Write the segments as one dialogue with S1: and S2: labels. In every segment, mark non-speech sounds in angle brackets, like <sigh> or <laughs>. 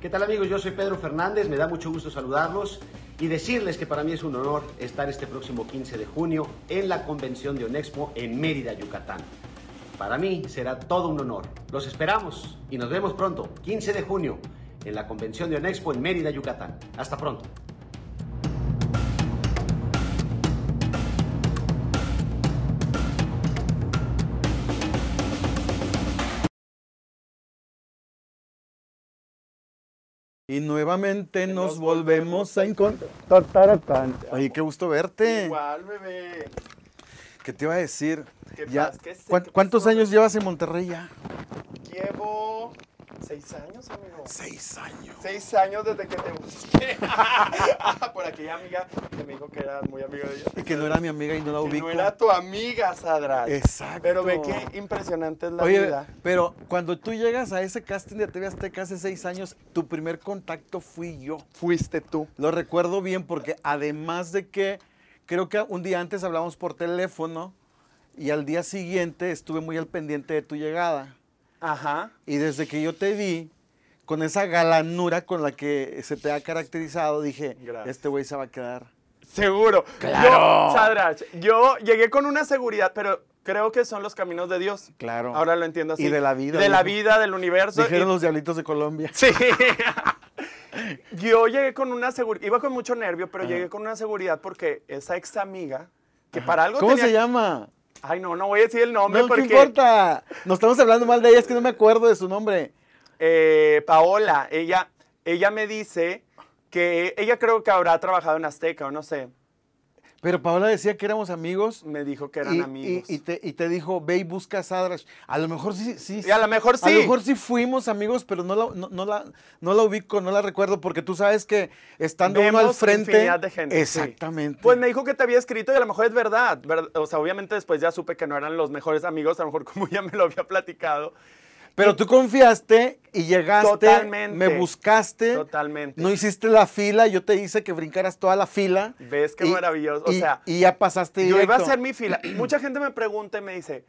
S1: ¿Qué tal amigos? Yo soy Pedro Fernández, me da mucho gusto saludarlos y decirles que para mí es un honor estar este próximo 15 de junio en la convención de Onexpo en Mérida, Yucatán. Para mí será todo un honor. Los esperamos y nos vemos pronto, 15 de junio, en la convención de Onexpo en Mérida, Yucatán. Hasta pronto.
S2: Y nuevamente nos volvemos a encontrar.
S3: Tartaratán.
S2: Oye, qué gusto verte.
S4: Igual, bebé.
S2: ¿Qué te iba a decir?
S4: ¿Qué
S2: Ya,
S4: pas- qué sé-
S2: ¿cuán-
S4: qué
S2: ¿Cuántos
S4: pasó?
S2: años llevas en Monterrey ya?
S4: Llevo seis años, amigo.
S2: Seis años.
S4: Seis años desde que te busqué. <laughs> Por aquella amiga que me dijo que era muy amigo de ella.
S2: Y que no era mi amiga y no la
S4: Que
S2: ubico.
S4: no era tu amiga, Sadras.
S2: Exacto.
S4: Pero ve qué impresionante es la
S2: Oye,
S4: vida.
S2: pero cuando tú llegas a ese casting de TV Azteca hace seis años, tu primer contacto fui yo.
S4: Fuiste tú.
S2: Lo recuerdo bien porque además de que creo que un día antes hablamos por teléfono y al día siguiente estuve muy al pendiente de tu llegada.
S4: Ajá.
S2: Y desde que yo te vi, con esa galanura con la que se te ha caracterizado, dije,
S4: Gracias.
S2: este güey se va a quedar.
S4: Seguro.
S2: Claro.
S4: Yo, Sadrach, yo llegué con una seguridad, pero creo que son los caminos de Dios.
S2: Claro.
S4: Ahora lo entiendo así.
S2: Y de la vida,
S4: De la
S2: dijo.
S4: vida, del universo.
S2: Dijeron
S4: y-
S2: los diablitos de Colombia.
S4: Sí. Yo llegué con una seguridad, iba con mucho nervio, pero llegué con una seguridad porque esa ex amiga, que para algo
S2: ¿Cómo
S4: tenía-
S2: se llama?
S4: Ay, no, no voy a decir el nombre
S2: no,
S4: porque...
S2: no importa. Nos estamos hablando mal de ella, es que no me acuerdo de su nombre.
S4: eh, Paola, ella, ella me dice que ella creo que habrá trabajado en Azteca o no sé.
S2: Pero Paola decía que éramos amigos.
S4: Me dijo que eran
S2: y,
S4: amigos.
S2: y- y te, y te dijo, ve y busca a Sadrash. A lo mejor sí, sí.
S4: Y a lo mejor
S2: A
S4: sí.
S2: lo mejor sí fuimos amigos, pero no la, no, no la, no la ubico, no la recuerdo, porque tú sabes que estando uno al
S4: Vemos
S2: frente.
S4: infinidad de gente. sí.
S2: Exactamente.
S4: Pues me dijo que te había escrito y a lo mejor es verdad, ver- O sea, obviamente después ya supe que no eran los mejores amigos, a lo mejor como <laughs> ya me lo había platicado.
S2: Pero tú confiaste y llegaste,
S4: Totalmente.
S2: me buscaste,
S4: Totalmente.
S2: ¿Eh? no hiciste la fila, yo te hice que brincaras toda la fila.
S4: ¿Ves qué maravilloso? O
S2: y-
S4: sea,
S2: y ya pasaste
S4: Yo iba a
S2: directo.
S4: hacer mi fila. <clears throat> Mucha gente me pregunta y me dice,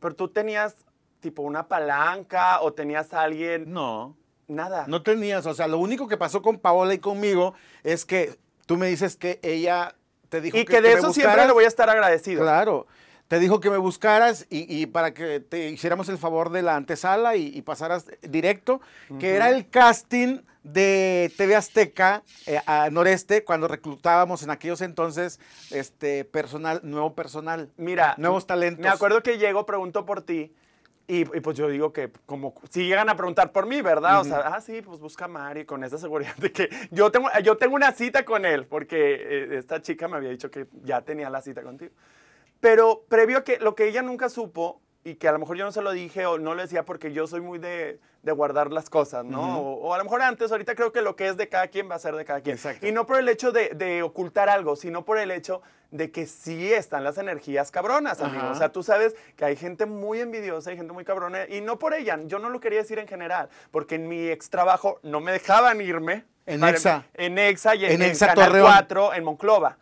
S4: pero tú tenías tipo una palanca o tenías a alguien.
S2: No,
S4: Nada.
S2: no tenías, o sea, lo único que pasó con Paola y conmigo es que tú me dices que ella te dijo
S4: y que, de
S2: me
S4: eso siempre
S2: buscaras.
S4: le voy a estar agradecido.
S2: Claro. Te dijo que me buscaras y, y para que te hiciéramos el favor de la antesala y, y pasaras directo, que era el casting de TV Azteca eh, a Noreste cuando reclutábamos en aquellos entonces este personal, nuevo personal.
S4: Mira,
S2: Nuevos talentos.
S4: Me acuerdo que llego, pregunto por ti. Y, y, pues yo digo que como si llegan a preguntar por mí, ¿verdad? O sea, ah, sí, pues busca a Mari con esa seguridad de que yo tengo, yo tengo una cita con él, porque eh, esta chica me había dicho que ya tenía la cita contigo. Pero previo a que lo que ella nunca supo, y que a lo mejor yo no se lo dije o no lo decía porque yo soy muy de, de guardar las cosas, ¿no? o, o a lo mejor antes, ahorita creo que lo que es de cada quien va a ser de cada quien.
S2: Exacto.
S4: Y no por el hecho de, de ocultar algo, sino por el hecho de que sí están las energías cabronas, amigo.
S2: Ajá.
S4: O sea, tú sabes que hay gente muy envidiosa, hay gente muy cabrona, y no por ella, yo no lo quería decir en general, porque en mi ex trabajo no me dejaban irme.
S2: En
S4: Para-
S2: Exa.
S4: En Exa y en,
S2: En
S4: en
S2: Exa
S4: Canal
S2: Torreón.
S4: 4, en Monclova.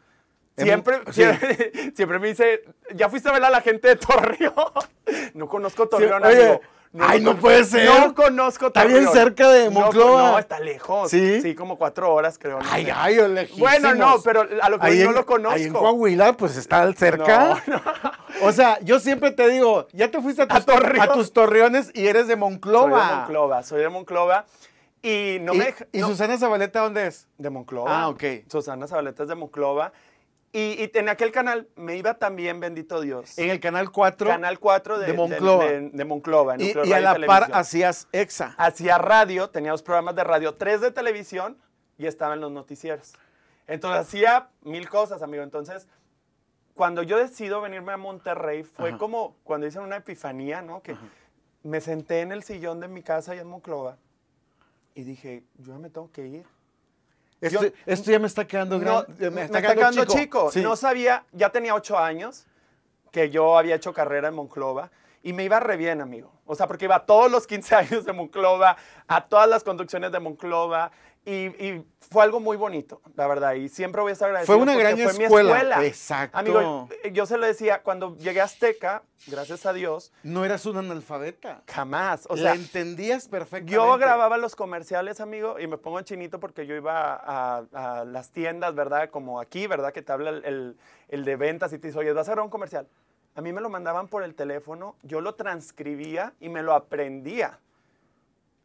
S2: En
S4: Siempre,
S2: Mon- sí.
S4: siempre, <laughs> siempre me dice, ya fuiste a ver a la gente de Torreón. <laughs> No conozco Torreón,
S2: oye,
S4: amigo.
S2: ay,
S4: lo
S2: no puede ser.
S4: No conozco
S2: Está
S4: Torreón.
S2: bien cerca de
S4: No, pues,
S2: Monclova.
S4: No, está lejos.
S2: ¿Sí?
S4: Sí, como cuatro horas, creo. no
S2: Ay,
S4: sé.
S2: ay, o lejísimos.
S4: Bueno, no, pero a lo que
S2: Ahí
S4: voy, no
S2: en-
S4: lo conozco.
S2: Ahí en Coahuila, pues está cerca. <laughs>
S4: No, no.
S2: O sea, yo siempre te digo, ya te fuiste a tus,
S4: Torreón.
S2: a tus torreones y eres de Monclova.
S4: Soy de Monclova, soy de Monclova. Y no
S2: ¿Y,
S4: me deja-
S2: y
S4: no-
S2: Susana Zabaleta dónde es?
S4: De Monclova.
S2: Ah, ok.
S4: Susana Zabaleta es de Monclova. Y, y en aquel canal me iba también, bendito Dios.
S2: En el Canal 4.
S4: Canal 4 de,
S2: de Monclova.
S4: De, de Monclova. en
S2: Y,
S4: Nuclear
S2: y a
S4: Radio
S2: la par
S4: Televisión. Ah,
S2: hacías exa.
S4: Hacía radio, tenía dos programas de radio, tres de televisión y estaba en los noticieros. Entonces hacía mil cosas, amigo. Entonces, cuando yo decido venirme a Monterrey, fue
S2: Ajá.
S4: como cuando dicen una epifanía, ¿no? Que me senté en el sillón de mi casa allá en Monclova y dije, yo ya me tengo que ir.
S2: Esto,
S4: yo-
S2: esto ya me está quedando
S4: No,
S2: gran- me está
S4: quedando, chico.
S2: Sí.
S4: No sabía, ya tenía ocho años que yo había hecho carrera en Monclova y me iba re bien, <laughs> amigo. O sea, porque iba a todos los 15 años de Monclova, a todas las conducciones de Monclova, Y, y fue algo muy bonito, la verdad. Y siempre voy a estar agradecido.
S2: Fue una
S4: porque
S2: gran
S4: fue mi
S2: escuela.
S4: escuela.
S2: Exacto.
S4: Amigo, yo se lo decía, cuando llegué a Azteca, gracias a Dios,
S2: No eras un analfabeta.
S4: jamás. O
S2: La
S4: sea,
S2: entendías perfectamente.
S4: yo grababa los comerciales, amigo, y me pongo en chinito porque yo iba a, a- a las tiendas, ¿verdad? Como aquí, ¿verdad? Que te habla el, el- el de ventas y te dice, oye, vas a grabar un comercial. A mí me lo mandaban por el teléfono, yo lo transcribía y me lo aprendía.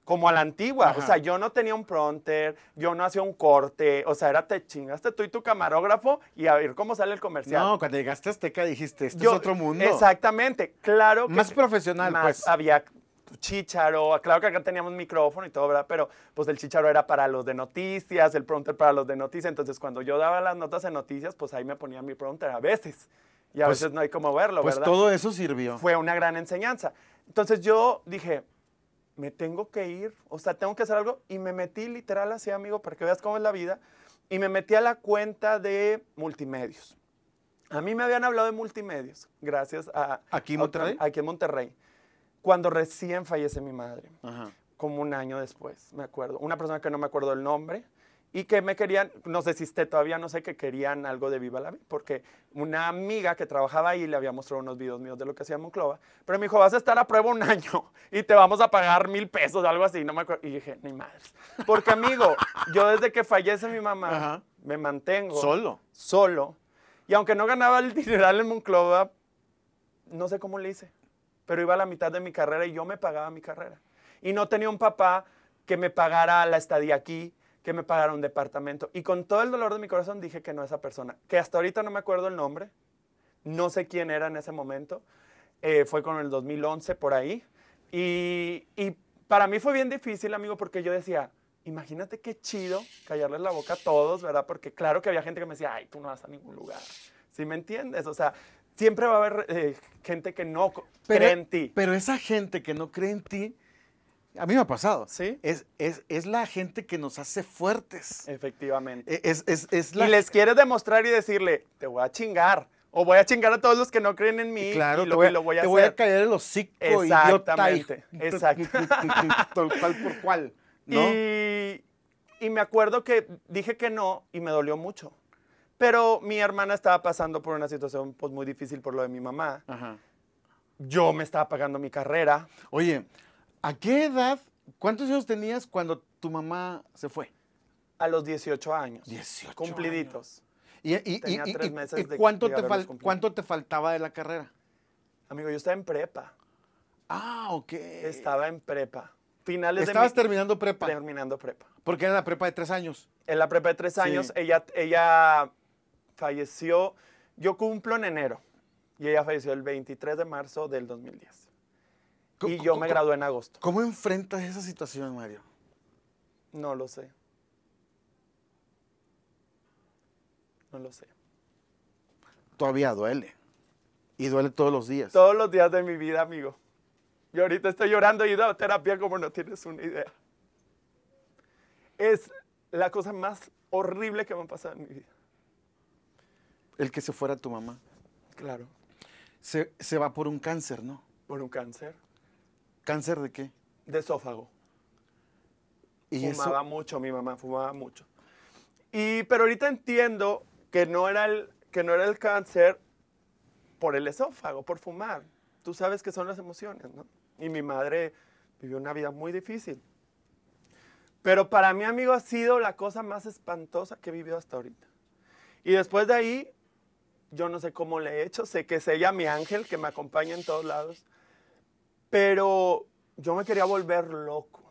S4: Como a la antigua.
S2: Ajá.
S4: O sea, yo no tenía un prompter, yo no hacía un corte. O sea, era te chingaste tú y tu camarógrafo y a ver cómo sale el comercial.
S2: No, cuando llegaste a Azteca dijiste, esto
S4: Yo-
S2: es otro mundo.
S4: Exactamente, claro. que-
S2: Más profesional, pues.
S4: Había tu chicharo, claro que acá teníamos micrófono y todo, ¿verdad? Pero pues el chicharo era para los de noticias, el prompter para los de noticias. Entonces, cuando yo daba las notas en noticias, pues ahí me ponía mi prompter a veces. Y a
S2: Pues-
S4: veces no hay cómo verlo,
S2: Pues
S4: ¿verdad?
S2: todo eso sirvió.
S4: Fue una gran enseñanza. Entonces yo dije, me tengo que ir, o sea, tengo que hacer algo. Y me metí literal así, amigo, para que veas cómo es la vida. Y me metí a la cuenta de multimedios. A mí me habían hablado de multimedios, gracias a...
S2: ¿Aquí en
S4: a-
S2: Monterrey?
S4: aquí en Monterrey. Cuando recién fallece mi madre,
S2: Ajá.
S4: como un año después, me acuerdo. Una persona que no me acuerdo el nombre y que me querían, nos desisté todavía, no sé, que querían algo de Viva la Vida, porque una amiga que trabajaba ahí le había mostrado unos videos míos de lo que hacía Monclova, pero me dijo, vas a estar a prueba un <laughs> año y te vamos a pagar mil pesos, algo así, no me acuerdo. Y dije, ni madres. Porque, amigo, yo desde que fallece mi mamá,
S2: Ajá.
S4: me mantengo
S2: Solo.
S4: solo. Y aunque no ganaba el <laughs> dineral en Monclova, no sé cómo le hice. Pero iba a la mitad de mi carrera y yo me pagaba mi carrera. Y no tenía un papá que me pagara la estadía aquí, que me pagara un departamento. Y con todo el dolor de mi corazón dije que no a esa persona, que hasta ahorita no me acuerdo el nombre, no sé quién era en ese momento. Eh, fue con el 2011 por ahí. Y, y para mí fue bien difícil, amigo, porque yo decía, imagínate qué chido callarles la boca a todos, ¿verdad? Porque claro que había gente que me decía, ay, tú no vas a ningún lugar. ¿Sí me entiendes? O sea, siempre va a haber eh, gente que no co- cree en ti.
S2: Pero esa gente que no cree en ti, a mí me ha pasado.
S4: Sí.
S2: Es, es, es la gente que nos hace fuertes. E,
S4: Efectivamente.
S2: Es, es, es
S4: y
S2: la
S4: les quieres demostrar y decirle, te voy a chingar. O voy a chingar a todos los que no creen en mí.
S2: Claro,
S4: y lo,
S2: te, voy a,
S4: y lo voy
S2: te
S4: a hacer.
S2: voy a caer el hocico, <laughs>
S4: Exactamente,
S2: idiota, hijo.
S4: exacto.
S2: Tal cual por cual, ¿no?
S4: Y, Eh, y me acuerdo que dije que no y me dolió mucho. Pero mi hermana estaba pasando por una situación pues, muy difícil por lo de mi mamá.
S2: Ajá.
S4: Yo me estaba pagando mi carrera.
S2: Oye, ¿a qué edad, cuántos años tenías cuando tu mamá se fue?
S4: A los 18 años.
S2: 18
S4: Cumpliditos.
S2: ¿Y, y-
S4: Tenía
S2: y- y-
S4: tres
S2: y-
S4: meses
S2: y
S4: de-
S2: cuánto,
S4: de
S2: te
S4: haberlos
S2: fal-
S4: cumplido.
S2: cuánto te faltaba de la carrera?
S4: Amigo, yo estaba en prepa.
S2: Ah, ok.
S4: Estaba en prepa. Finales
S2: Estabas
S4: de mi-
S2: terminando prepa,
S4: terminando prepa.
S2: porque era la prepa de tres años.
S4: En la prepa de tres
S2: Sí.
S4: años, ella, ella falleció. Yo cumplo en enero y ella falleció el 23 de marzo del 2010.
S2: Co-
S4: Y
S2: co-
S4: yo
S2: co-
S4: me gradué en agosto.
S2: ¿Cómo enfrentas esa situación, Mario?
S4: No lo sé. No lo sé.
S2: Todavía duele. Y duele todos los días.
S4: Todos los días de mi vida, amigo. Yo ahorita estoy llorando y he ido a terapia como no tienes una idea. Es la cosa más horrible que me ha pasado en mi vida.
S2: El que se fuera tu mamá.
S4: Claro.
S2: Se, se va por un cáncer, ¿no?
S4: Por un cáncer
S2: ¿Cáncer de qué?
S4: de esófago.
S2: Y
S4: fumaba mucho, mi mamá fumaba mucho. Y, pero ahorita entiendo que no, era el, que no era el cáncer por el esófago, por fumar. Tú sabes que son las emociones, ¿no? Y mi madre vivió una vida muy difícil. Pero para mí, amigo, ha sido la cosa más espantosa que he vivido hasta ahorita. Y después de ahí, yo no sé cómo le he hecho, sé que es ella mi ángel que me acompaña en todos lados, pero yo me quería volver loco,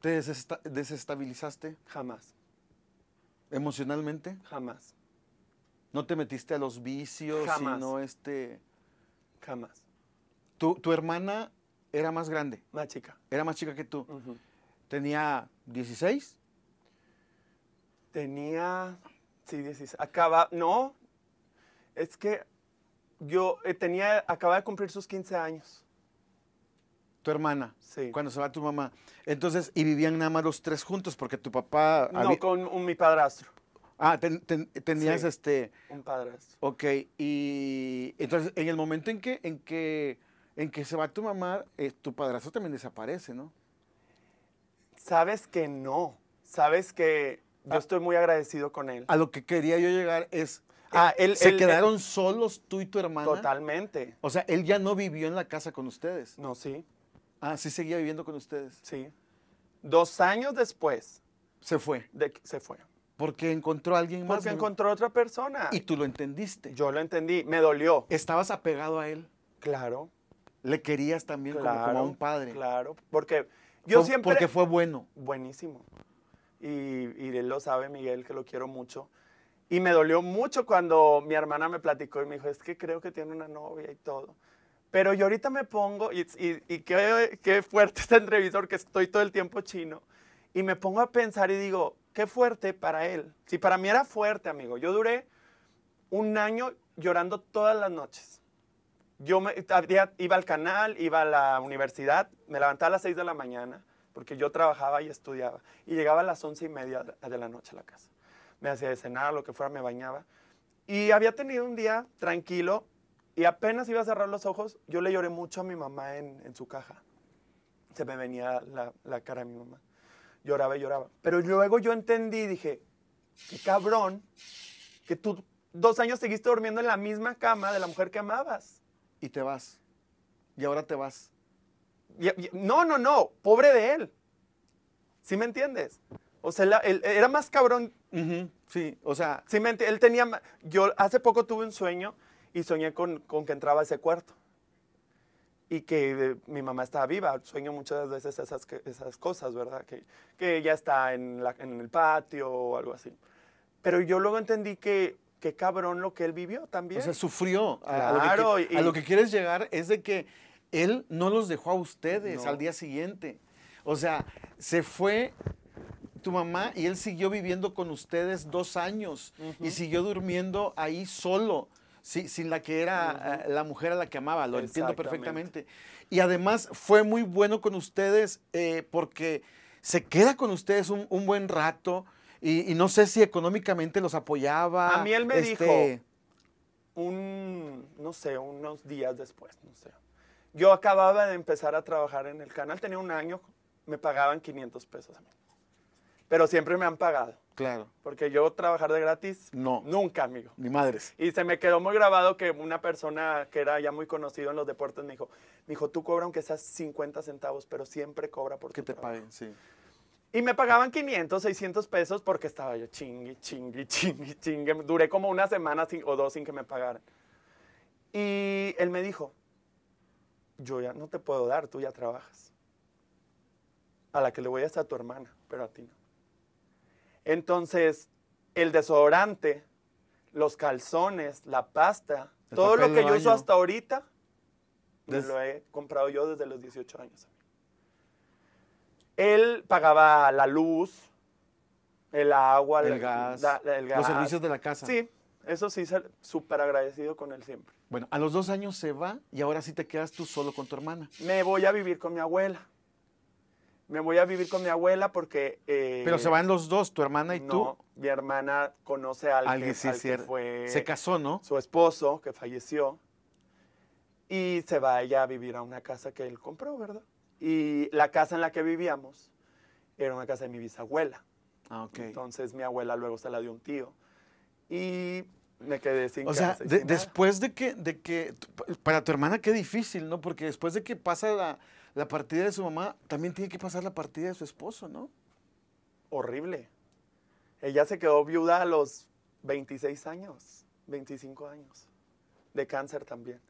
S2: ¿Te desesta- desestabilizaste
S4: jamás.
S2: emocionalmente?
S4: Jamás,
S2: ¿No te metiste a los vicios?
S4: Jamás.
S2: Sino este...
S4: jamás.
S2: Tu, tu hermana era más grande,
S4: Más chica.
S2: era más chica que tú.
S4: Mm.
S2: Tenía 16,
S4: Tenía, sí, 16. Acaba, no, es que yo eh, tenía, acaba de cumplir sus 15 años.
S2: tu hermana.
S4: Sí.
S2: Cuando se va tu mamá. Entonces, y vivían nada más los tres juntos porque tu papá...
S4: No,
S2: había-
S4: con un- mi padrastro.
S2: Ah, ten- ten- tenías
S4: Sí.
S2: este...
S4: Un padrastro.
S2: Ok, y entonces en el momento en que, en que, en que se va tu mamá, eh, tu padrastro también desaparece, ¿no?
S4: Sabes que no. sabes que
S2: Ah.
S4: yo estoy muy agradecido con él.
S2: A lo que quería yo llegar es,
S4: Ah, él-
S2: se
S4: él-
S2: quedaron eh, solos tú y tu hermana.
S4: Totalmente.
S2: O sea, él ya no vivió en la casa con ustedes.
S4: No, sí,
S2: Ah, sí seguía viviendo con ustedes.
S4: sí. Dos años después
S2: Se fue.
S4: de que se fue.
S2: Porque encontró a alguien más.
S4: Porque
S2: ¿no?
S4: encontró otra persona.
S2: Y tú lo entendiste.
S4: Yo lo entendí, me dolió.
S2: Estabas apegado a él.
S4: Claro,
S2: Le querías también como-
S4: claro.
S2: como, a un padre.
S4: Claro, porque yo
S2: Fue-
S4: siempre...
S2: Porque fue bueno.
S4: buenísimo. Y, y él lo sabe, Miguel, que lo quiero mucho. Y me dolió mucho cuando mi hermana me platicó y me dijo, es que creo que tiene una novia y todo. Pero yo ahorita me pongo, y, y- y qué, qué fuerte <laughs> esta entrevista porque estoy todo el tiempo chino, y me pongo a pensar y digo, qué fuerte para él. Si para mí era fuerte, amigo, yo duré un año llorando todas las noches. Yo me- había- iba al canal, iba a la universidad, me levantaba a las 6 de la mañana, porque yo trabajaba y estudiaba, y llegaba a las once y media de- de la noche a la casa. Me hacía de cenar, lo que fuera, me bañaba. Y había tenido un día tranquilo, y apenas iba a cerrar los ojos, yo le lloré mucho a mi mamá en, en su caja. Se me venía la, la cara de mi mamá. Lloraba y lloraba. Pero luego yo entendí, dije, qué cabrón, que tú dos años seguiste durmiendo en la misma cama de la mujer que amabas.
S2: Y te vas. Y ahora te vas.
S4: Y- y- no, no, no, pobre de él. ¿Sí me entiendes? O sea, la- él- era más cabrón.
S2: Sí, o sea,
S4: Sí me enti- él tenía. ma- Yo hace poco tuve un sueño y soñé con, con que entraba a ese cuarto. Y que eh, mi mamá estaba viva. Sueño muchas veces esas, que- esas cosas, ¿verdad? Que, que ella está en, la- en el patio o algo así. Pero yo luego entendí que, que cabrón lo que él vivió también.
S2: o sea sufrió. A, a lo que
S4: Claro,
S2: qui-
S4: y-
S2: a lo que quieres llegar es de que él no los dejó a ustedes
S4: No.
S2: al día siguiente. O sea, se fue tu mamá y él siguió viviendo con ustedes dos años y siguió durmiendo ahí solo. sí, sin la que era eh, la mujer a la que amaba, lo entiendo
S4: Exactamente.
S2: perfectamente. Y además fue muy bueno con ustedes eh, porque se queda con ustedes un, un buen rato y, y no sé si económicamente los apoyaba.
S4: A mí él me
S2: este,
S4: dijo, un, no sé, unos días después, no sé. Yo acababa de empezar a trabajar en el canal, tenía un año, me pagaban 500 pesos a mí. Pero siempre me han pagado,
S2: Claro.
S4: porque yo trabajar de gratis,
S2: No.
S4: nunca, amigo.
S2: Ni madres.
S4: Y se me quedó muy grabado que una persona que era ya muy conocido en los deportes me dijo, me dijo, tú cobra aunque seas 50 centavos, pero siempre cobra por
S2: Que
S4: tu
S2: te
S4: trabajo".
S2: paguen, sí.
S4: Y me pagaban 500, 600 pesos porque estaba yo chingue, <laughs> chingue, chingue, chingue. Duré como una semana sin- o dos sin que me pagaran. Y él me dijo, yo ya no te puedo dar, tú ya trabajas. A la que le voy a estar a tu hermana, pero a ti no. Entonces, el desodorante, los calzones, la pasta,
S2: El
S4: todo lo
S2: papel
S4: que
S2: de
S4: yo uso
S2: baño.
S4: hasta ahorita, me
S2: Des-
S4: lo he comprado yo desde los 18 años. Él pagaba la luz, el agua, la-
S2: El gas,
S4: la- la- el
S2: los
S4: gas.
S2: servicios de la casa.
S4: Sí, eso sí, ser súper agradecido con él siempre.
S2: Bueno, a los dos años se va y ahora sí te quedas tú solo con tu hermana.
S4: Me voy a vivir con mi abuela. Me voy a vivir con mi abuela porque... eh,
S2: Pero se van los dos, tu hermana y
S4: no,
S2: tú.
S4: mi hermana conoce a alguien,
S2: Alguien sí,
S4: al que
S2: cierto.
S4: fue
S2: Se casó, ¿no?
S4: su esposo, que falleció, y se va ella a vivir a una casa que él compró, ¿verdad? Y la casa en la que vivíamos era una casa de mi bisabuela.
S2: Ah, ok.
S4: Entonces mi abuela luego se la dio un tío. Y me quedé sin
S2: O sea,
S4: casa y
S2: de-
S4: sin nada.
S2: después de que, de que, para tu hermana qué difícil, ¿no? Porque después de que pasa la, la partida de su mamá, también tiene que pasar la partida de su esposo, ¿no?
S4: Horrible. Ella se quedó viuda a los 26 años, 25 años, de cáncer también.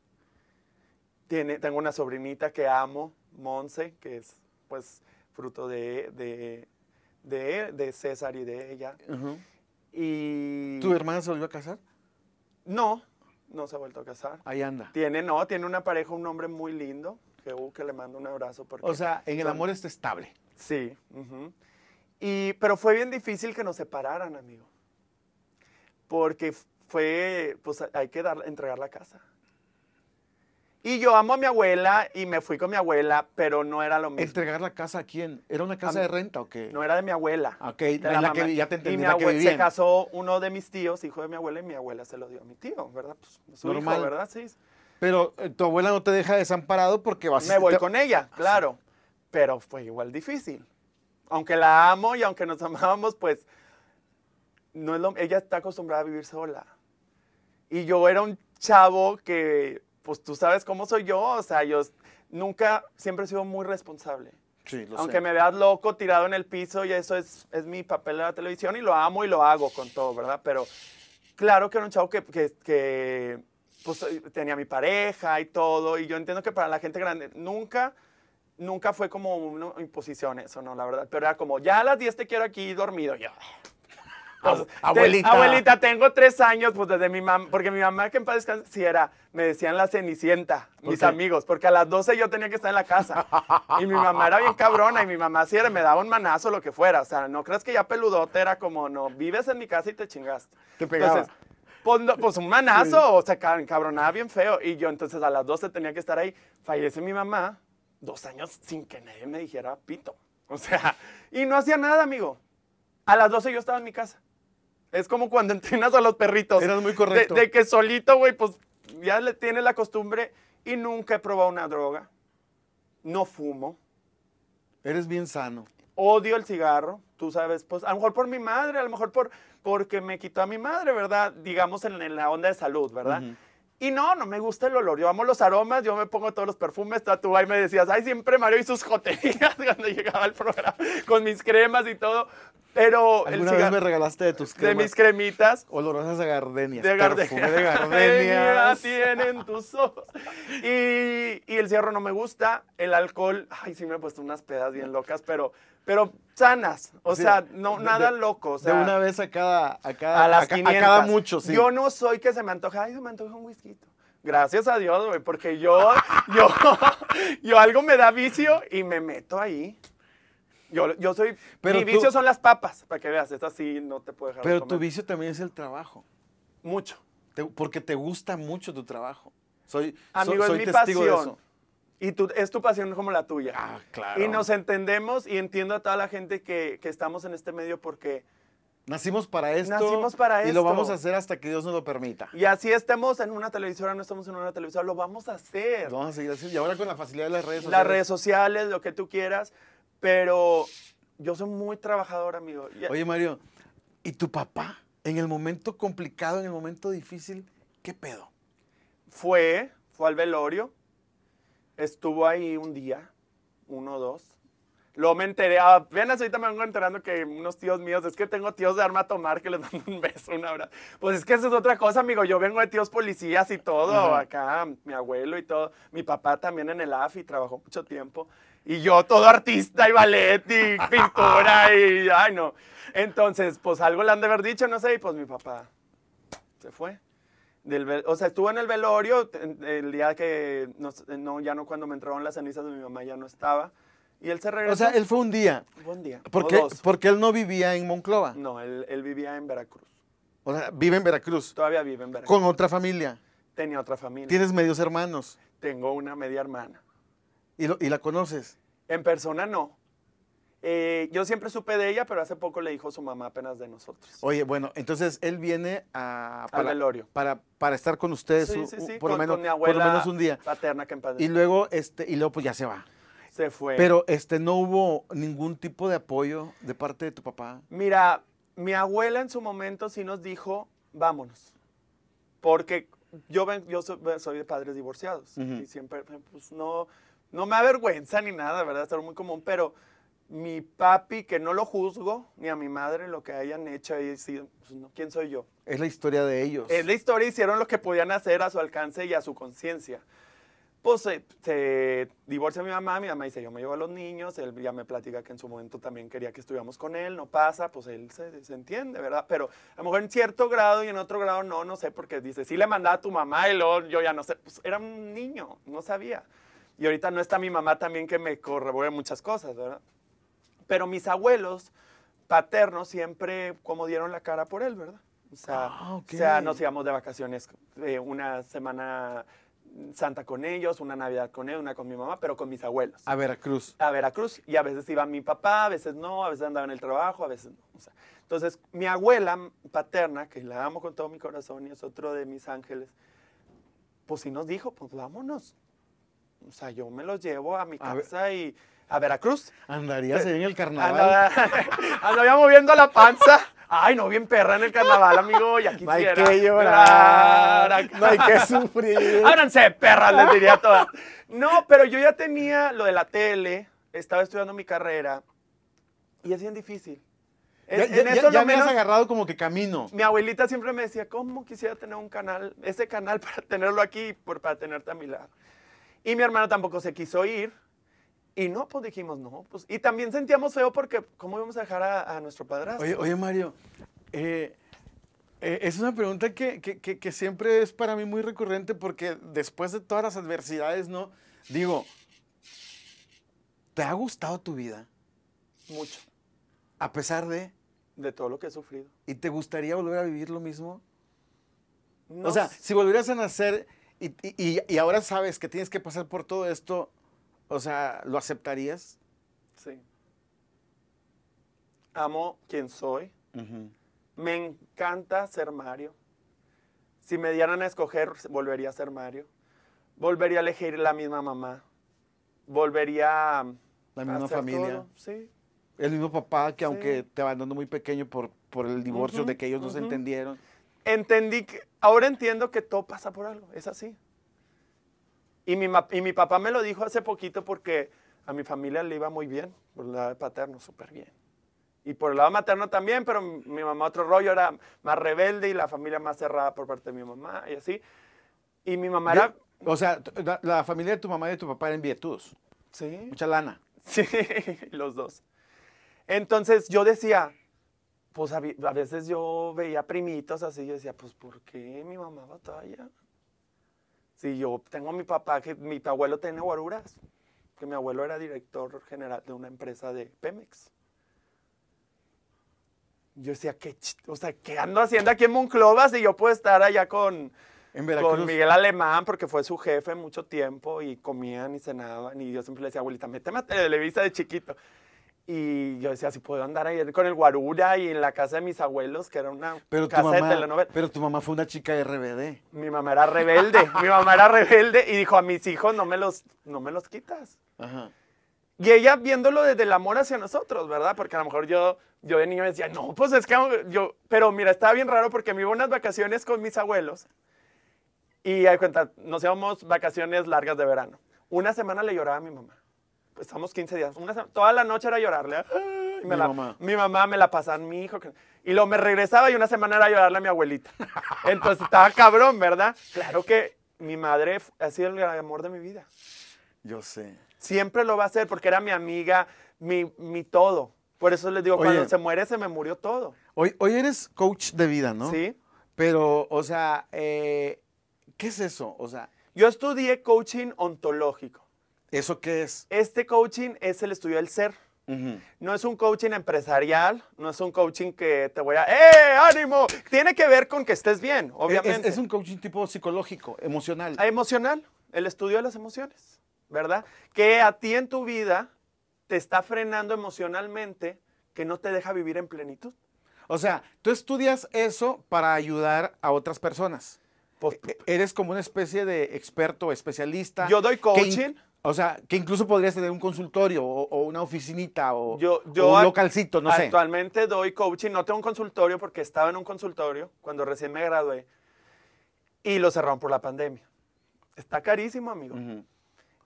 S4: Tiene, tengo una sobrinita que amo, Monse, que es pues fruto de, de, de, de César y de ella. Y...
S2: ¿Tu hermana se volvió a casar?
S4: No, no se ha vuelto a casar.
S2: Ahí anda.
S4: Tiene, no, tiene una pareja, un hombre muy lindo, que, uh, que le mando un abrazo. Porque
S2: O sea, en el
S4: son-
S2: amor está estable.
S4: Sí. ujú. y, pero fue bien difícil que nos separaran, amigo. Porque f- fue, pues hay que dar, entregar la casa. Y yo amo a mi abuela y me fui con mi abuela, pero no era lo mismo.
S2: ¿Entregar la casa a quién? ¿Era una casa
S4: mí.
S2: de renta o qué?
S4: No era de mi abuela.
S2: Ok,
S4: de
S2: la- la que vi- ya te entendí,
S4: Y mi
S2: la que
S4: abue-
S2: vivían.
S4: se casó uno de mis tíos, hijo de mi abuela, y mi abuela se lo dio a mi tío, ¿verdad? Pues, su hijo,
S2: Normal.
S4: ¿verdad? Sí.
S2: Pero eh, tu abuela no te deja desamparado porque vas
S4: Me voy
S2: te-
S4: con ella, claro. Pero fue igual difícil. aunque la amo y aunque nos <laughs> amábamos, pues no es lo, ella está acostumbrada a vivir sola. Y yo era un chavo que, pues tú sabes cómo soy yo, o sea, yo nunca, siempre he sido muy responsable.
S2: Sí, lo
S4: Aunque
S2: sé.
S4: me veas loco tirado en el piso y eso es, es mi papel en la televisión y lo amo y lo hago con todo, ¿verdad? Pero claro que era un chavo que, que- que, pues, eh, tenía mi pareja y todo y yo entiendo que para la gente grande nunca, nunca fue como una imposición eso, ¿no? La verdad, pero era como, ya a las 10 te quiero aquí dormido, yo.
S2: Ab-
S4: Te-
S2: abuelita.
S4: abuelita, tengo tres años, pues desde mi mamá, porque mi mamá que en paz descanse, sí era, me decían la cenicienta, mis
S2: qué?
S4: amigos, porque a las 12 yo tenía que estar en la casa. y mi mamá era bien cabrona, y mi mamá sí era, me daba un manazo, lo que fuera. O sea, no crees que ya peludote era como, no, vives en mi casa y te chingaste.
S2: Te pegaba.
S4: pues, no, pues un manazo, o sea, ca- cabronada bien feo. Y yo entonces a las 12 tenía que estar ahí. Fallece mi mamá, dos años sin que nadie me dijera pito. O sea, <laughs> y no hacía nada, amigo. A las 12 yo estaba en mi casa. Es como cuando <laughs> entrenas a los perritos.
S2: Eras muy correcto.
S4: De, de que solito, güey, pues ya le tienes la costumbre y nunca he probado una droga. No fumo.
S2: Eres bien sano.
S4: Odio el cigarro, tú sabes, pues a lo mejor por mi madre, a lo mejor por porque me quitó a mi madre, ¿verdad? Digamos en, en la onda de salud, ¿verdad?
S2: Ujú.
S4: Y no, no me gusta el olor. Yo amo los aromas, yo me pongo todos los perfumes, tatúa y me decías, ay, siempre Mario y sus joterías <laughs> cuando llegaba al programa, con mis cremas y todo. Pero el
S2: Alguna vez
S4: cigarro-
S2: me regalaste de tus
S4: de
S2: cremas
S4: mis cremitas,
S2: olorosas a gardenias.
S4: <laughs> de
S2: perfume
S4: gardenias.
S2: de gardenias.
S4: tienen tus ojos. Y, y el cierro no me gusta. El alcohol, ay, sí me he puesto unas pedas bien locas, pero, pero sanas. O
S2: Sí,
S4: sea, no,
S2: de-
S4: nada
S2: de-
S4: loco. O
S2: de
S4: sea,
S2: una vez a cada a cada
S4: a las
S2: ca-
S4: 500.
S2: cada mucho, sí.
S4: Yo no soy que se me antoja, ay, se me antoja un whisky. Gracias a Dios, güey, porque yo, <laughs> yo, yo algo me da vicio y me meto ahí. Yo, yo soy,
S2: Pero
S4: mi
S2: tú-
S4: vicio son las papas, para que veas, esta sí no te puedo dejar de
S2: Pero tu
S4: comer.
S2: vicio también es el trabajo.
S4: Mucho.
S2: Te- porque te gusta mucho tu trabajo. Soy, so-
S4: Amigo,
S2: soy
S4: es mi
S2: testigo de
S4: pasión.
S2: eso.
S4: Y tú, es tu pasión como la tuya.
S2: Ah, claro.
S4: Y nos entendemos y entiendo a toda la gente que, que estamos en este medio porque
S2: Nacimos para esto.
S4: Nacimos para
S2: Y lo
S4: esto.
S2: vamos a hacer hasta que Dios nos lo permita.
S4: y así estemos en una televisora, no estamos en una televisora, lo vamos a hacer.
S2: Lo vamos a seguir haciendo. Y ahora con la facilidad de las redes sociales.
S4: Las redes sociales, lo que tú quieras, pero yo soy muy trabajador, amigo. Y-
S2: Oye, Mario, ¿y tu papá? En el momento complicado, en el momento difícil, ¿qué pedo?
S4: Fue, fue al velorio, estuvo ahí un día, uno o dos. Luego me enteré, apenas ahorita me vengo enterando que unos tíos míos, es que tengo tíos de arma a tomar que les <laughs> mando un beso, un abrazo. Pues es que eso es otra cosa, amigo. Yo vengo de tíos policías y todo,
S2: Ajá.
S4: acá, mi abuelo y todo. Mi papá también en el AFI trabajó mucho tiempo. Y yo todo artista y ballet y pintura y, ay no. Entonces, pues algo le han de haber dicho, no sé, y pues mi papá se fue. Del vel- o sea, estuvo en el velorio te- el día que, nos- no, ya no cuando me entraron las cenizas de mi mamá, ya no estaba. Y él se regresó.
S2: O sea, él fue un día.
S4: Buen día. O
S2: Porque,
S4: dos.
S2: porque él no vivía en Monclova.
S4: No, él, él vivía en Veracruz.
S2: O sea, vive en Veracruz.
S4: Todavía vive en Veracruz.
S2: Con otra familia.
S4: Tenía otra familia.
S2: Tienes medios hermanos.
S4: Tengo una media hermana.
S2: Y, lo- y la conoces.
S4: En persona no. Eh, yo siempre supe de ella, pero hace poco le dijo su mamá apenas de nosotros.
S2: Oye, bueno, entonces él viene a,
S4: Al velorio.
S2: para, para estar con ustedes
S4: Sí,
S2: un-
S4: sí,
S2: un-
S4: sí,
S2: por, lo
S4: con-
S2: menos,
S4: con mi
S2: por lo
S4: abuela
S2: menos un día.
S4: Paterna que en paz
S2: Y
S4: descanse.
S2: luego, este, y luego pues ya se va.
S4: se fue.
S2: Pero este no hubo ningún tipo de apoyo de parte de tu papá.
S4: Mira, mi abuela en su momento sí nos dijo, vámonos. Porque yo, ven- yo so- soy, de padres divorciados
S2: Ujú.
S4: y siempre, pues no, no me avergüenza ni nada, ¿verdad? Es algo muy común, pero mi papi, que no lo juzgo, ni a mi madre lo que hayan hecho, y sí, pues, no, ¿quién soy yo?
S2: Es la historia de ellos.
S4: Es la historia, hicieron lo que podían hacer a su alcance y a su conciencia. Pues se, se divorcia mi mamá, mi mamá dice, yo me llevo a los niños, él ya me platica que en su momento también quería que estuviéramos con él, no pasa, pues él se, se entiende, ¿verdad? Pero a lo mejor en cierto grado y en otro grado no, no sé, porque dice, sí le mandaba a tu mamá y luego yo ya no sé, pues era un niño, no sabía. Y ahorita no está mi mamá también que me corrobore muchas cosas, ¿verdad? Pero mis abuelos paternos siempre como dieron la cara por él, ¿verdad? O sea,
S2: Ah, ok.
S4: o sea, nos íbamos de vacaciones eh, una semana santa con ellos, una Navidad con ellos, una con mi mamá, pero con mis abuelos.
S2: A Veracruz.
S4: A Veracruz y a veces iba mi papá, a veces no, a veces andaba en el trabajo, a veces no. o sea. entonces, mi abuela paterna, que la amo con todo mi corazón y es otro de mis ángeles, pues sí nos dijo, pues vámonos. O sea, yo me los llevo a mi casa y a Veracruz.
S2: Andarías ahí en el carnaval.
S4: Andaba, <laughs> andaba moviendo la panza. Ay, no, bien perra en el carnaval, amigo. Ya
S2: No hay
S4: quisiera.
S2: que llorar, no hay que
S4: <laughs>
S2: sufrir.
S4: Ábranse, perras, les diría a todas. No, pero yo ya tenía lo de la tele, estaba estudiando mi carrera y es bien difícil. En,
S2: Ya,
S4: en
S2: ya- ya-
S4: eso lo
S2: ya me
S4: menos,
S2: has agarrado como que camino.
S4: mi abuelita siempre me decía, ¿cómo quisiera tener un canal, ese canal <laughs> para tenerlo aquí y por, para tenerte a mi lado? Y mi hermano tampoco se quiso ir. Y no, pues dijimos, no. Pues, y también sentíamos feo porque, ¿cómo íbamos a dejar a, a nuestro padrastro?
S2: Oye, oye Mario, eh, eh, es una pregunta que, que- que- que siempre es para mí muy recurrente porque después de todas las adversidades, ¿no? Digo, ¿te ha gustado tu vida
S4: Mucho,
S2: a pesar de...
S4: de todo lo que he sufrido.
S2: ¿Y te gustaría volver a vivir lo mismo?
S4: No
S2: o sea,
S4: sé.
S2: si volvieras a nacer y, y- y- y ahora sabes que tienes que pasar por todo esto, o sea, ¿lo aceptarías?
S4: Sí. Amo quien soy. Me encanta ser Mario. Si me dieran a escoger, volvería a ser Mario. Volvería a elegir la misma mamá. Volvería a.
S2: La misma
S4: hacer
S2: familia.
S4: todo, Sí.
S2: El mismo papá que
S4: Sí.
S2: aunque te abandonó muy pequeño por, por el divorcio
S4: Ujú,
S2: de que ellos no se
S4: ujú.
S2: entendieron.
S4: Entendí que. Ahora entiendo que todo pasa por algo. Es así. Y mi, ma- y mi papá me lo dijo hace poquito porque a mi familia le iba muy bien. Por el lado paterno, súper bien. Y por el lado materno también, pero mi mi mamá otro rollo era más rebelde y la familia más cerrada por parte de mi mamá y así. Y mi mamá era...
S2: Yo- o sea, t- la, la familia de tu mamá y de tu papá eran vietudos.
S4: Sí.
S2: Mucha lana.
S4: Sí, <laughs> los dos. Entonces yo decía, pues a, vi- a veces yo veía primitos así, yo decía, pues ¿por qué mi mamá batalla? Si yo tengo a mi papá, que mi abuelo tiene guaruras, que mi abuelo era director general de una empresa de Pemex. Yo decía, ¿qué, ch- o sea, ¿qué ando haciendo aquí en Monclova si yo puedo estar allá con,
S2: En Veracruz.
S4: con Miguel Alemán, porque fue su jefe mucho tiempo y comían y cenaban. Y yo siempre le decía, abuelita, méteme a Televisa de chiquito. Y yo decía, si puedo andar ayer con el Guarura y en la casa de mis abuelos, que era una
S2: Pero tu,
S4: casa de
S2: mamá,
S4: telenovela.
S2: pero tu mamá fue una chica de RBD.
S4: Mi mamá era rebelde, mi mamá era rebelde y dijo, a mis hijos no me los, no me los quitas.
S2: Ajá.
S4: Y ella viéndolo desde el amor hacia nosotros, ¿verdad? Porque a lo mejor yo, yo de niño decía, no, pues es que yo, pero mira, estaba bien raro porque me iba a unas vacaciones con mis abuelos y hay cuenta, nos íbamos vacaciones largas de verano. Una semana le lloraba a mi mamá. Pues estamos 15 días. Una sema- toda la noche era llorarle. ah, y me
S2: Mi
S4: la-
S2: mamá.
S4: Mi mamá me la pasaba, mi hijo. que- Y luego me regresaba y una semana era llorarle a mi abuelita. Entonces estaba cabrón, ¿verdad? Claro que mi madre f- ha sido el amor de mi vida
S2: Yo sé.
S4: siempre lo va a hacer porque era mi amiga, mi, mi todo. Por eso les digo,
S2: Oye.
S4: cuando se muere, se me murió todo.
S2: Hoy, hoy eres coach de vida, ¿no?
S4: ¿Sí?
S2: Pero, o sea, eh, ¿qué es eso? O sea,
S4: Yo estudié coaching ontológico.
S2: ¿eso qué es?
S4: Este coaching es el estudio del ser.
S2: Ujú.
S4: No es un coaching empresarial, no es un coaching que te voy a... ¡Eh, ánimo! Tiene que ver con que estés bien, obviamente.
S2: Es, es un coaching tipo psicológico, emocional.
S4: Ah, Emocional, el estudio de las emociones, ¿verdad? Que a ti en tu vida te está frenando emocionalmente, que no te deja vivir en plenitud.
S2: O sea, tú estudias eso para ayudar a otras personas.
S4: Pues,
S2: E- Eres como una especie de experto, especialista.
S4: Yo doy
S2: que in-
S4: coaching.
S2: O sea, que incluso podrías tener un consultorio o, o una oficinita o,
S4: Yo,
S2: o
S4: yo
S2: un
S4: ac-
S2: localcito, Pues no sé.
S4: Actualmente doy coaching, no tengo un consultorio porque estaba en un consultorio cuando recién me gradué y lo cerraron por la pandemia. Está carísimo, amigo.
S2: Ujú.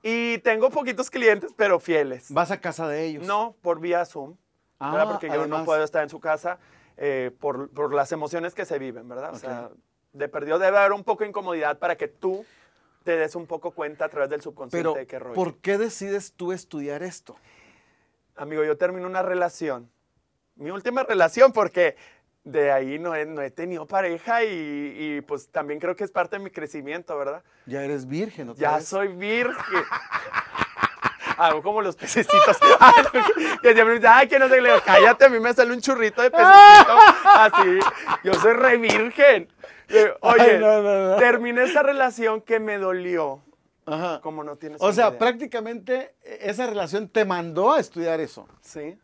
S4: Y tengo poquitos clientes, pero fieles.
S2: Vas a casa de ellos.
S4: No, por vía Zoom, ¿verdad?
S2: Ah,
S4: porque yo
S2: además.
S4: no puedo estar en su casa eh, por, por las emociones que se viven, ¿verdad? O sea, de perdido debe haber un poco de incomodidad para que tú te des un poco cuenta a través del subconsciente
S2: Pero,
S4: de qué rollo.
S2: ¿por qué decides tú estudiar esto?
S4: Amigo, yo terminé una relación. Mi última relación, porque de ahí no he, no he tenido pareja y, y, pues también creo que es parte de mi crecimiento, ¿verdad?
S2: Ya eres virgen, otra
S4: Ya
S2: vez.
S4: soy virgen. <laughs> Hago como los pececitos. <laughs> que siempre me dicen, ay, que no sé, qué". le digo, cállate, a mí me sale un churrito
S2: <laughs>
S4: de pececito. Así, yo soy re virgen. Le digo, Oye,
S2: <laughs> Ay, no, no, no.
S4: terminé esta relación que me dolió,
S2: Ajá.
S4: como no tienes
S2: O
S4: una
S2: sea,
S4: idea.
S2: prácticamente eh, esa relación te mandó a estudiar eso.
S4: Sí.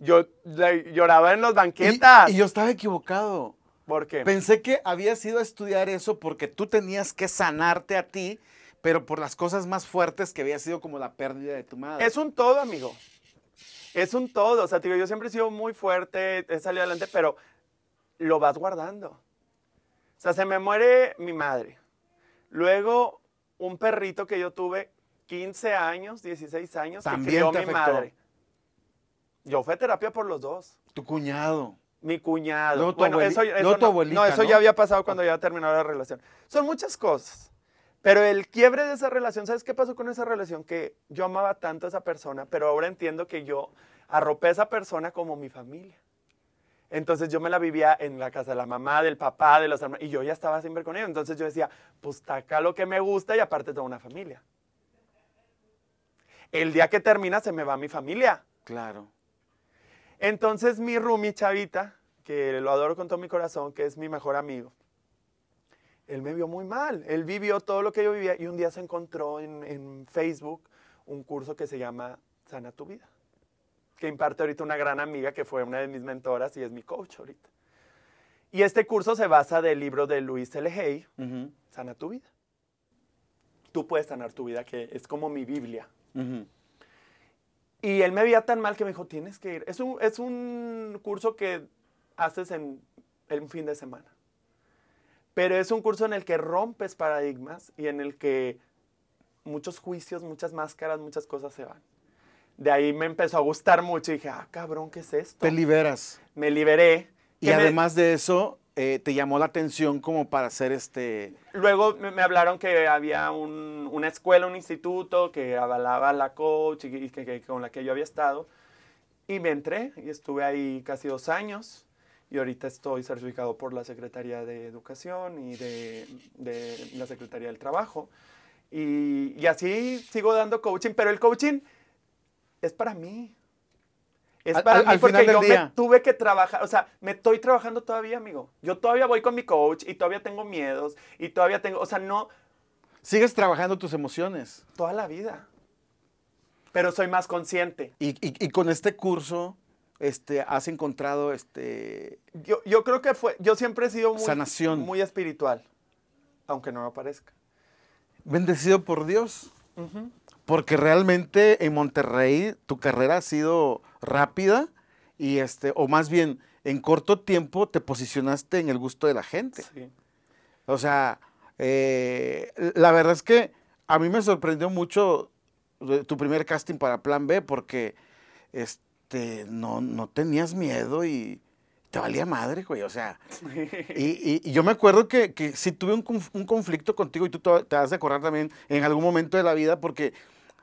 S4: Yo le- lloraba en los
S2: Y-
S4: banquetas.
S2: Y, yo estaba equivocado.
S4: ¿Por qué?
S2: Pensé que habías ido a estudiar eso porque tú tenías que sanarte a ti pero por las cosas más fuertes que había sido como la pérdida de tu madre.
S4: Es un todo, amigo. Es un todo. O sea, te digo, yo siempre he sido muy fuerte, he salido adelante, pero lo vas guardando. O sea, se me muere mi madre. Luego, un perrito que yo tuve 15 años, 16 años,
S2: También
S4: que crió
S2: te
S4: mi
S2: afectó.
S4: madre. Yo fui a terapia por los dos.
S2: Tu cuñado.
S4: Mi cuñado.
S2: Luego tu
S4: bueno,
S2: abueli-
S4: eso, eso
S2: luego tu
S4: no-
S2: abuelita,
S4: no, eso
S2: ¿no?
S4: ya había pasado cuando ya terminó la relación. Son muchas cosas. Pero el quiebre de esa relación, ¿sabes qué pasó con esa relación? Que yo amaba tanto a esa persona, pero ahora entiendo que yo arropé a esa persona como mi familia. Entonces yo me la vivía en la casa de la mamá, del papá, de los hermanos, y yo ya estaba siempre con ellos. Entonces yo decía, pues taca lo que me gusta y aparte tengo una familia. El día que termina se me va mi familia.
S2: Claro.
S4: Entonces mi Rumi Chavita, que lo adoro con todo mi corazón, que es mi mejor amigo, él me vio muy mal. Él vivió todo lo que yo vivía y un día se encontró en, en Facebook un curso que se llama Sana tu vida, que imparte ahorita una gran amiga que fue una de mis mentoras y es mi coach ahorita. Y este curso se basa del libro de Luis L. Hay,
S2: Ujú,
S4: Sana tu vida. Tú puedes sanar tu vida, que es como mi Biblia.
S2: ujú.
S4: Y él me veía tan mal que me dijo, tienes que ir. Es un, es un curso que haces en un fin de semana. Pero es un curso en el que rompes paradigmas y en el que muchos juicios, muchas máscaras, muchas cosas se van. De ahí me empezó a gustar mucho y dije, ah, cabrón, ¿qué es esto?
S2: Te liberas.
S4: me liberé.
S2: Y
S4: Que me-
S2: además de eso, eh, te llamó la atención como para hacer este...
S4: Luego me, me hablaron que había un- una escuela, un instituto que avalaba la coach y, que- que- con la que yo había estado. Y me entré y estuve ahí casi dos años. Y ahorita estoy certificado por la Secretaría de Educación y de, de la Secretaría del Trabajo. Y, y así sigo dando coaching, pero el coaching es para mí. Es
S2: Al-
S4: para
S2: al-
S4: mí
S2: al
S4: porque
S2: final del
S4: yo me
S2: día.
S4: tuve que trabajar, o sea, me estoy trabajando todavía, amigo. Yo todavía voy con mi coach y todavía tengo miedos y todavía tengo, o sea, no
S2: Sigues trabajando tus emociones.
S4: toda la vida. Pero soy más consciente.
S2: Y, y- y con este curso este, has encontrado este,
S4: Yo, yo creo que fue, yo siempre he sido muy,
S2: Sanación.
S4: muy espiritual, aunque no me parezca.
S2: bendecido por Dios. Porque realmente en Monterrey tu carrera ha sido rápida y este, o más bien, en corto tiempo te posicionaste en el gusto de la gente.
S4: Sí.
S2: O sea, eh, la verdad es que a mí me sorprendió mucho de- tu primer casting para Plan B porque este, no, no tenías miedo y te valía madre, güey. O sea, y, y- y yo me acuerdo que, que sí tuve un, conf- un conflicto contigo y tú te, te has de acordar también en algún momento de la vida porque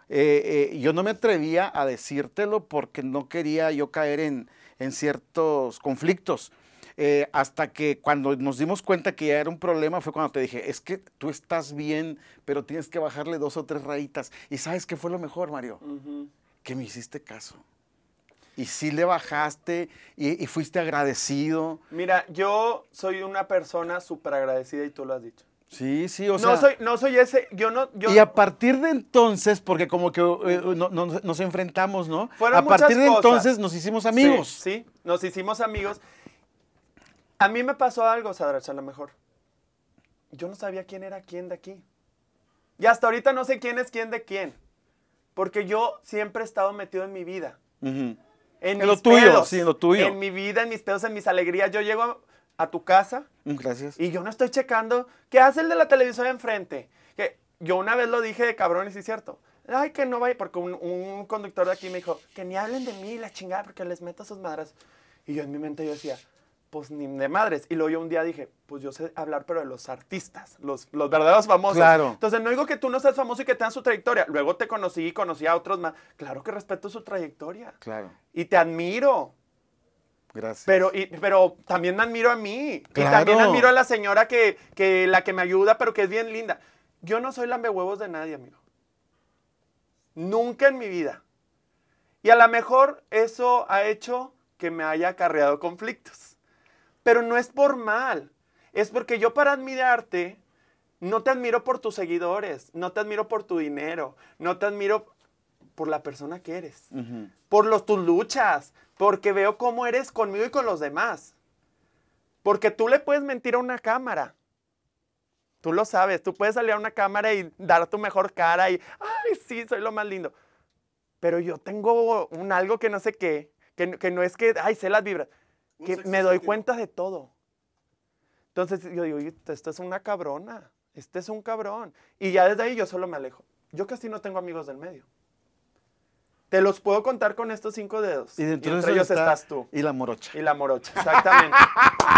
S2: eh, eh, yo no me atrevía a decírtelo porque no quería yo caer en, en ciertos conflictos. Eh, hasta que cuando nos dimos cuenta que ya era un problema fue cuando te dije, es que tú estás bien, pero tienes que bajarle dos o tres rayitas. ¿Y sabes qué fue lo mejor, Mario?
S4: Ujú.
S2: Que me hiciste caso. Y sí le bajaste y, y fuiste agradecido.
S4: Mira, yo soy una persona súper agradecida y tú lo has dicho.
S2: Sí, sí, o
S4: no
S2: sea...
S4: soy, no soy ese, yo no, yo
S2: y a partir de entonces, porque como que eh, no- no- nos enfrentamos, ¿no?
S4: Fueron
S2: a partir
S4: muchas
S2: de
S4: cosas.
S2: entonces nos hicimos amigos.
S4: Sí, sí, nos hicimos amigos. A mí me pasó algo, Sadrach, a lo mejor. Yo no sabía quién era quién de aquí. Y hasta ahorita no sé quién es quién de quién. Porque yo siempre he estado metido en mi vida.
S2: Ujú.
S4: En,
S2: En lo
S4: mis
S2: tuyo,
S4: pedos,
S2: sí, en lo tuyo.
S4: En mi vida, en mis pedos, en mis alegrías. Yo llego a, a tu casa
S2: Mm, Gracias.
S4: y yo no estoy checando qué hace el de la televisora enfrente. Que yo una vez lo dije de cabrón y sí es cierto. Ay, que no vaya, porque un, un conductor de aquí me dijo, que ni hablen de mí, la chingada, porque les meto sus madras. Y yo en mi mente yo decía, pues ni de madres. Y luego yo un día dije, pues yo sé hablar, pero de los artistas, los, los verdaderos famosos.
S2: Claro.
S4: Entonces no digo que tú no seas famoso y que tengas su trayectoria. Luego te conocí y conocí a otros más. Claro que respeto su trayectoria.
S2: Claro,
S4: Y te admiro.
S2: gracias.
S4: Pero, y- pero también me admiro a mí. Y
S2: Claro.
S4: también admiro a la señora que, que la que me ayuda, pero que es bien linda. Yo no soy lambehuevos de nadie, amigo. Nunca en mi vida. Y a lo mejor eso ha hecho que me haya acarreado conflictos. Pero no es por mal. Es porque yo para admirarte, no te admiro por tus seguidores, no te admiro por tu dinero, no te admiro por la persona que eres
S2: Ujú.
S4: por los tus luchas, porque veo cómo eres conmigo y con los demás. Porque tú le puedes mentir a una cámara, Tú lo sabes, tú puedes salir a una cámara y dar tu mejor cara y, ay, sí, soy lo más lindo. Pero yo tengo un algo que no sé qué, que, que no es que, ay, sé las vibras,
S3: Un
S4: que
S3: sexto
S4: me doy
S3: sentido.
S4: cuenta de todo. Entonces yo digo, "Oye, esta es una cabrona, este es un cabrón. Y ya desde ahí yo solo me alejo. Yo casi no tengo amigos del medio. Te los puedo contar con estos cinco dedos.
S2: Y
S4: Y
S2: dentro de
S4: entre
S2: eso
S4: ellos
S2: está-
S4: estás tú.
S2: Y la morocha.
S4: Y la morocha,
S2: <laughs>
S4: exactamente.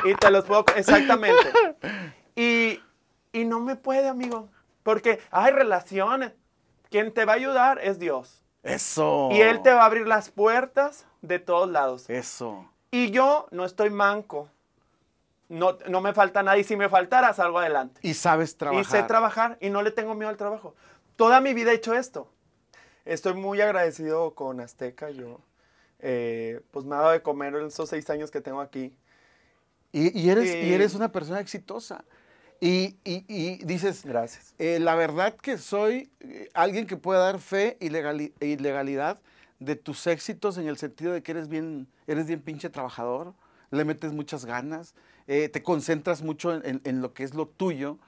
S4: y te los puedo. Exactamente. Y, y no me puede, amigo. Porque hay relaciones. Quien te va a ayudar es Dios.
S2: Eso.
S4: Y Él te va a abrir las puertas de todos
S2: Eh.
S4: lados.
S2: Eso.
S4: Y yo no estoy manco. No, no me falta nada. Y si me faltara, salgo adelante.
S2: Y sabes trabajar.
S4: Y sé trabajar y no le tengo miedo al trabajo. Toda mi vida he hecho esto. Estoy muy agradecido con Azteca. Yo, eh, pues me ha dado de comer en esos seis años que tengo aquí.
S2: Y, y eres, y
S4: Sí.
S2: eres una persona exitosa. Y, y- y dices,
S4: Gracias.
S2: eh, la verdad que soy eh, alguien que puede dar fe y, legali- e ilegalidad de tus éxitos en el sentido de que eres bien, eres bien pinche trabajador, le metes muchas ganas, eh, te concentras mucho en, en- en lo que es lo tuyo.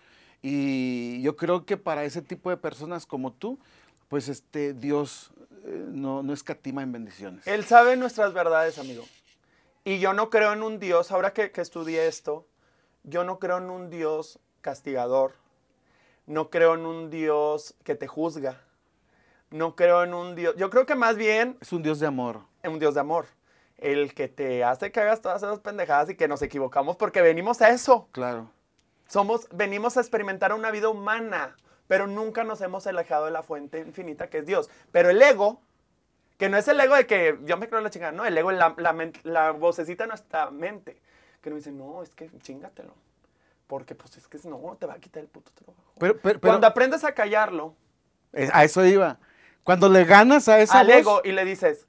S2: Y yo creo que para ese tipo de personas como tú, pues este Dios eh, no, no escatima en bendiciones.
S4: Él sabe nuestras verdades, amigo. Y yo no creo en un Dios, ahora que, que estudié esto, yo no creo en un Dios castigador. No creo en un Dios que te juzga. No creo en un Dios. Yo creo que más bien
S2: Es un Dios de amor.
S4: un Dios de amor. El que te hace que hagas todas esas pendejadas y que nos equivocamos porque venimos a eso.
S2: Claro.
S4: Somos, venimos a experimentar una vida humana, pero nunca nos hemos alejado de la fuente infinita que es Dios. Pero el ego, que no es el ego de que yo me creo la chingada, no, el ego es la, la, men- la vocecita de nuestra mente, que nos dice, no, es que chingatelo. Porque pues es que es- no, te va a quitar el puto trabajo.
S2: Pero, pero- pero-
S4: Cuando aprendes a callarlo
S2: Eh, A eso iba. Cuando le ganas a esa
S4: al
S2: voz,
S4: ego y le dices,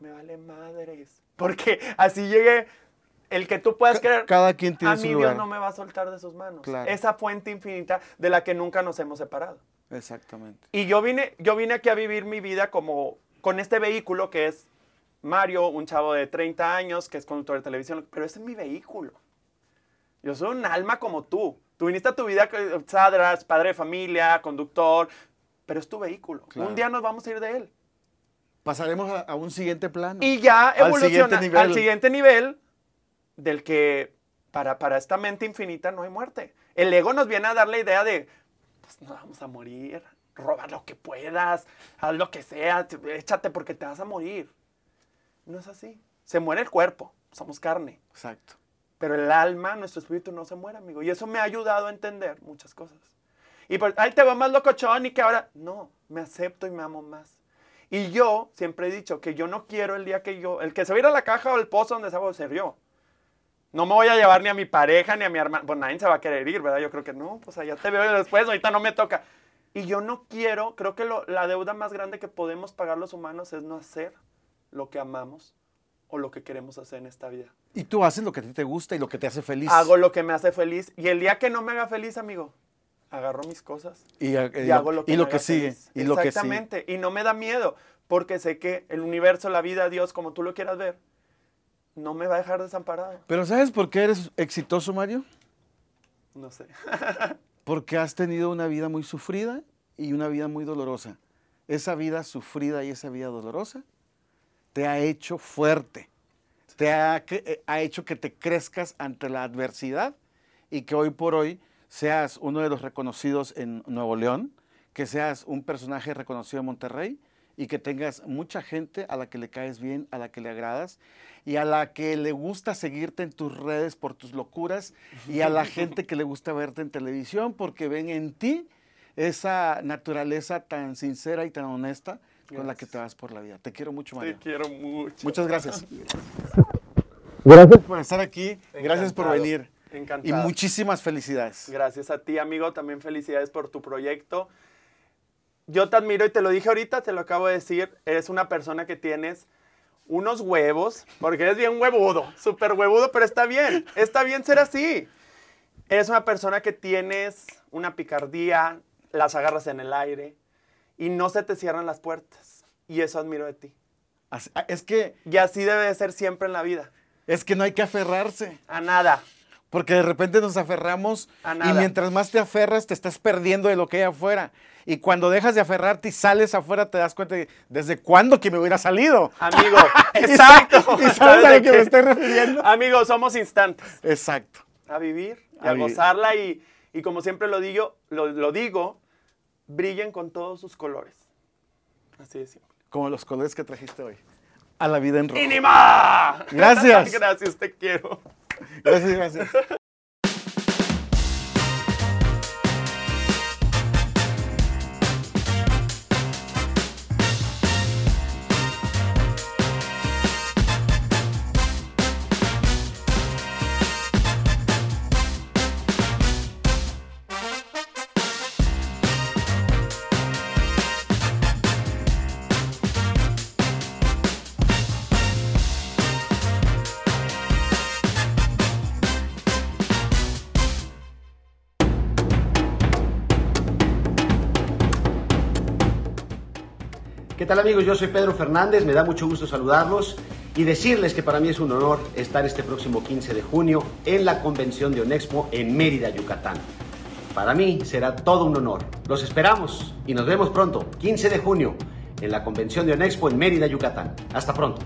S4: me vale madres. Porque así llegue el que tú puedas
S2: ca-
S4: creer.
S2: cada quien tiene
S4: a
S2: su
S4: mí
S2: lugar.
S4: Dios no me va a soltar de sus manos.
S2: Claro.
S4: Esa fuente infinita de la que nunca nos hemos separado.
S2: Exactamente.
S4: Y yo vine, yo vine aquí a vivir mi vida como con este vehículo que es Mario, un chavo de 30 años que es conductor de televisión, pero ese es mi vehículo. Yo soy un alma como tú. Tú viniste a tu vida, eh, sadras, padre de familia, conductor, pero es tu vehículo.
S2: Claro.
S4: Un día nos vamos a ir de él.
S2: Pasaremos a, a un siguiente plano.
S4: Y ya
S2: Al
S4: evoluciona al
S2: siguiente
S4: siguiente,
S2: nivel.
S4: nivel del que para, para esta mente infinita no hay muerte. El ego nos viene a dar la idea de, pues no vamos a morir, roba lo que puedas, haz lo que sea, te- échate porque te vas a morir. No es así. Se muere el cuerpo, somos carne,
S2: Exacto.
S4: pero el alma, nuestro espíritu no se muere, amigo. Y eso me ha ayudado a entender muchas cosas. Y por, ay, te va más locochón y que ahora. No, me acepto y me amo más. Y yo siempre he dicho que yo no quiero el día que yo. El que se va a ir a la caja o el pozo donde se va a ser yo. No me voy a llevar ni a mi pareja ni a mi hermano. Pues nadie se va a querer ir, ¿verdad? Yo creo que no, pues allá te veo después, ahorita no me toca. Y yo no quiero, creo que lo- la deuda más grande que podemos pagar los humanos es no hacer lo que amamos o lo que queremos hacer en esta vida.
S2: Y tú haces lo que a ti te gusta y lo que te hace feliz.
S4: Hago lo que me hace feliz. Y el día que no me haga feliz, amigo, agarro mis cosas
S2: y, ha-
S4: y,
S2: Eh, y lo-
S4: hago lo que
S2: y
S4: me
S2: lo
S4: haga
S2: que sigue.
S4: feliz.
S2: Y lo que sigue.
S4: Exactamente. Y no me da miedo, porque sé que el universo, la vida, Dios, como tú lo quieras ver, no me va a dejar desamparado.
S2: Pero ¿sabes por qué eres exitoso, Mario?
S4: No sé. <laughs>
S2: Porque has tenido una vida muy sufrida y una vida muy dolorosa. Esa vida sufrida y esa vida dolorosa te ha hecho fuerte, te ha, cre- eh, ha hecho que te crezcas ante la adversidad y que hoy por hoy seas uno de los reconocidos en Nuevo León, que seas un personaje reconocido en Monterrey y que tengas mucha gente a la que le caes bien, a la que le agradas y a la que le gusta seguirte en tus redes por tus locuras y a la gente que le gusta verte en televisión porque ven en ti esa naturaleza tan sincera y tan honesta con la que te vas por la vida. Te quiero mucho, Mario.
S4: Te quiero mucho.
S2: Muchas gracias. Gracias por estar aquí, gracias por
S4: Encantado.
S2: venir y
S4: Encantado.
S2: muchísimas felicidades.
S4: Gracias a ti, amigo. También felicidades por tu proyecto. Yo te admiro y te lo dije ahorita, te lo acabo de decir. Eres una persona que tienes unos huevos, porque eres bien huevudo, súper huevudo, pero está bien. Está bien ser así. Eres una persona que tienes una picardía, las agarras en el aire y no se te cierran las puertas. Y eso admiro de ti.
S2: Así- ah, Es que
S4: Y así debe de ser siempre en la vida.
S2: es que no hay que aferrarse.
S4: A nada.
S2: Porque de repente nos aferramos
S4: A
S2: y
S4: nada.
S2: mientras más te aferras te estás perdiendo de lo que hay afuera. Y cuando dejas de aferrarte y sales afuera te das cuenta de desde cuándo que me hubiera salido.
S4: Amigo,
S2: <laughs> Y
S4: exacto.
S2: sa- ¿Y sabes a lo que me estoy refiriendo?
S4: Amigos, somos instantes.
S2: Exacto.
S4: A vivir, y
S2: A
S4: a,
S2: vi-
S4: gozarla y, y como siempre lo digo, lo, lo digo, brillen con todos sus colores. Así es.
S2: Como los colores que trajiste hoy. A la vida en rojo.
S4: ¡Mínima!
S2: Gracias.
S4: <laughs> Gracias, te quiero.
S2: Gracias, gracias.
S1: ¿Qué tal amigos? Yo soy Pedro Fernández, me da mucho gusto saludarlos y decirles que para mí es un honor estar este próximo 15 de junio en la convención de Onexpo en Mérida, Yucatán. Para mí será todo un honor. Los esperamos y nos vemos pronto, 15 de junio, en la convención de Onexpo en Mérida, Yucatán. Hasta pronto.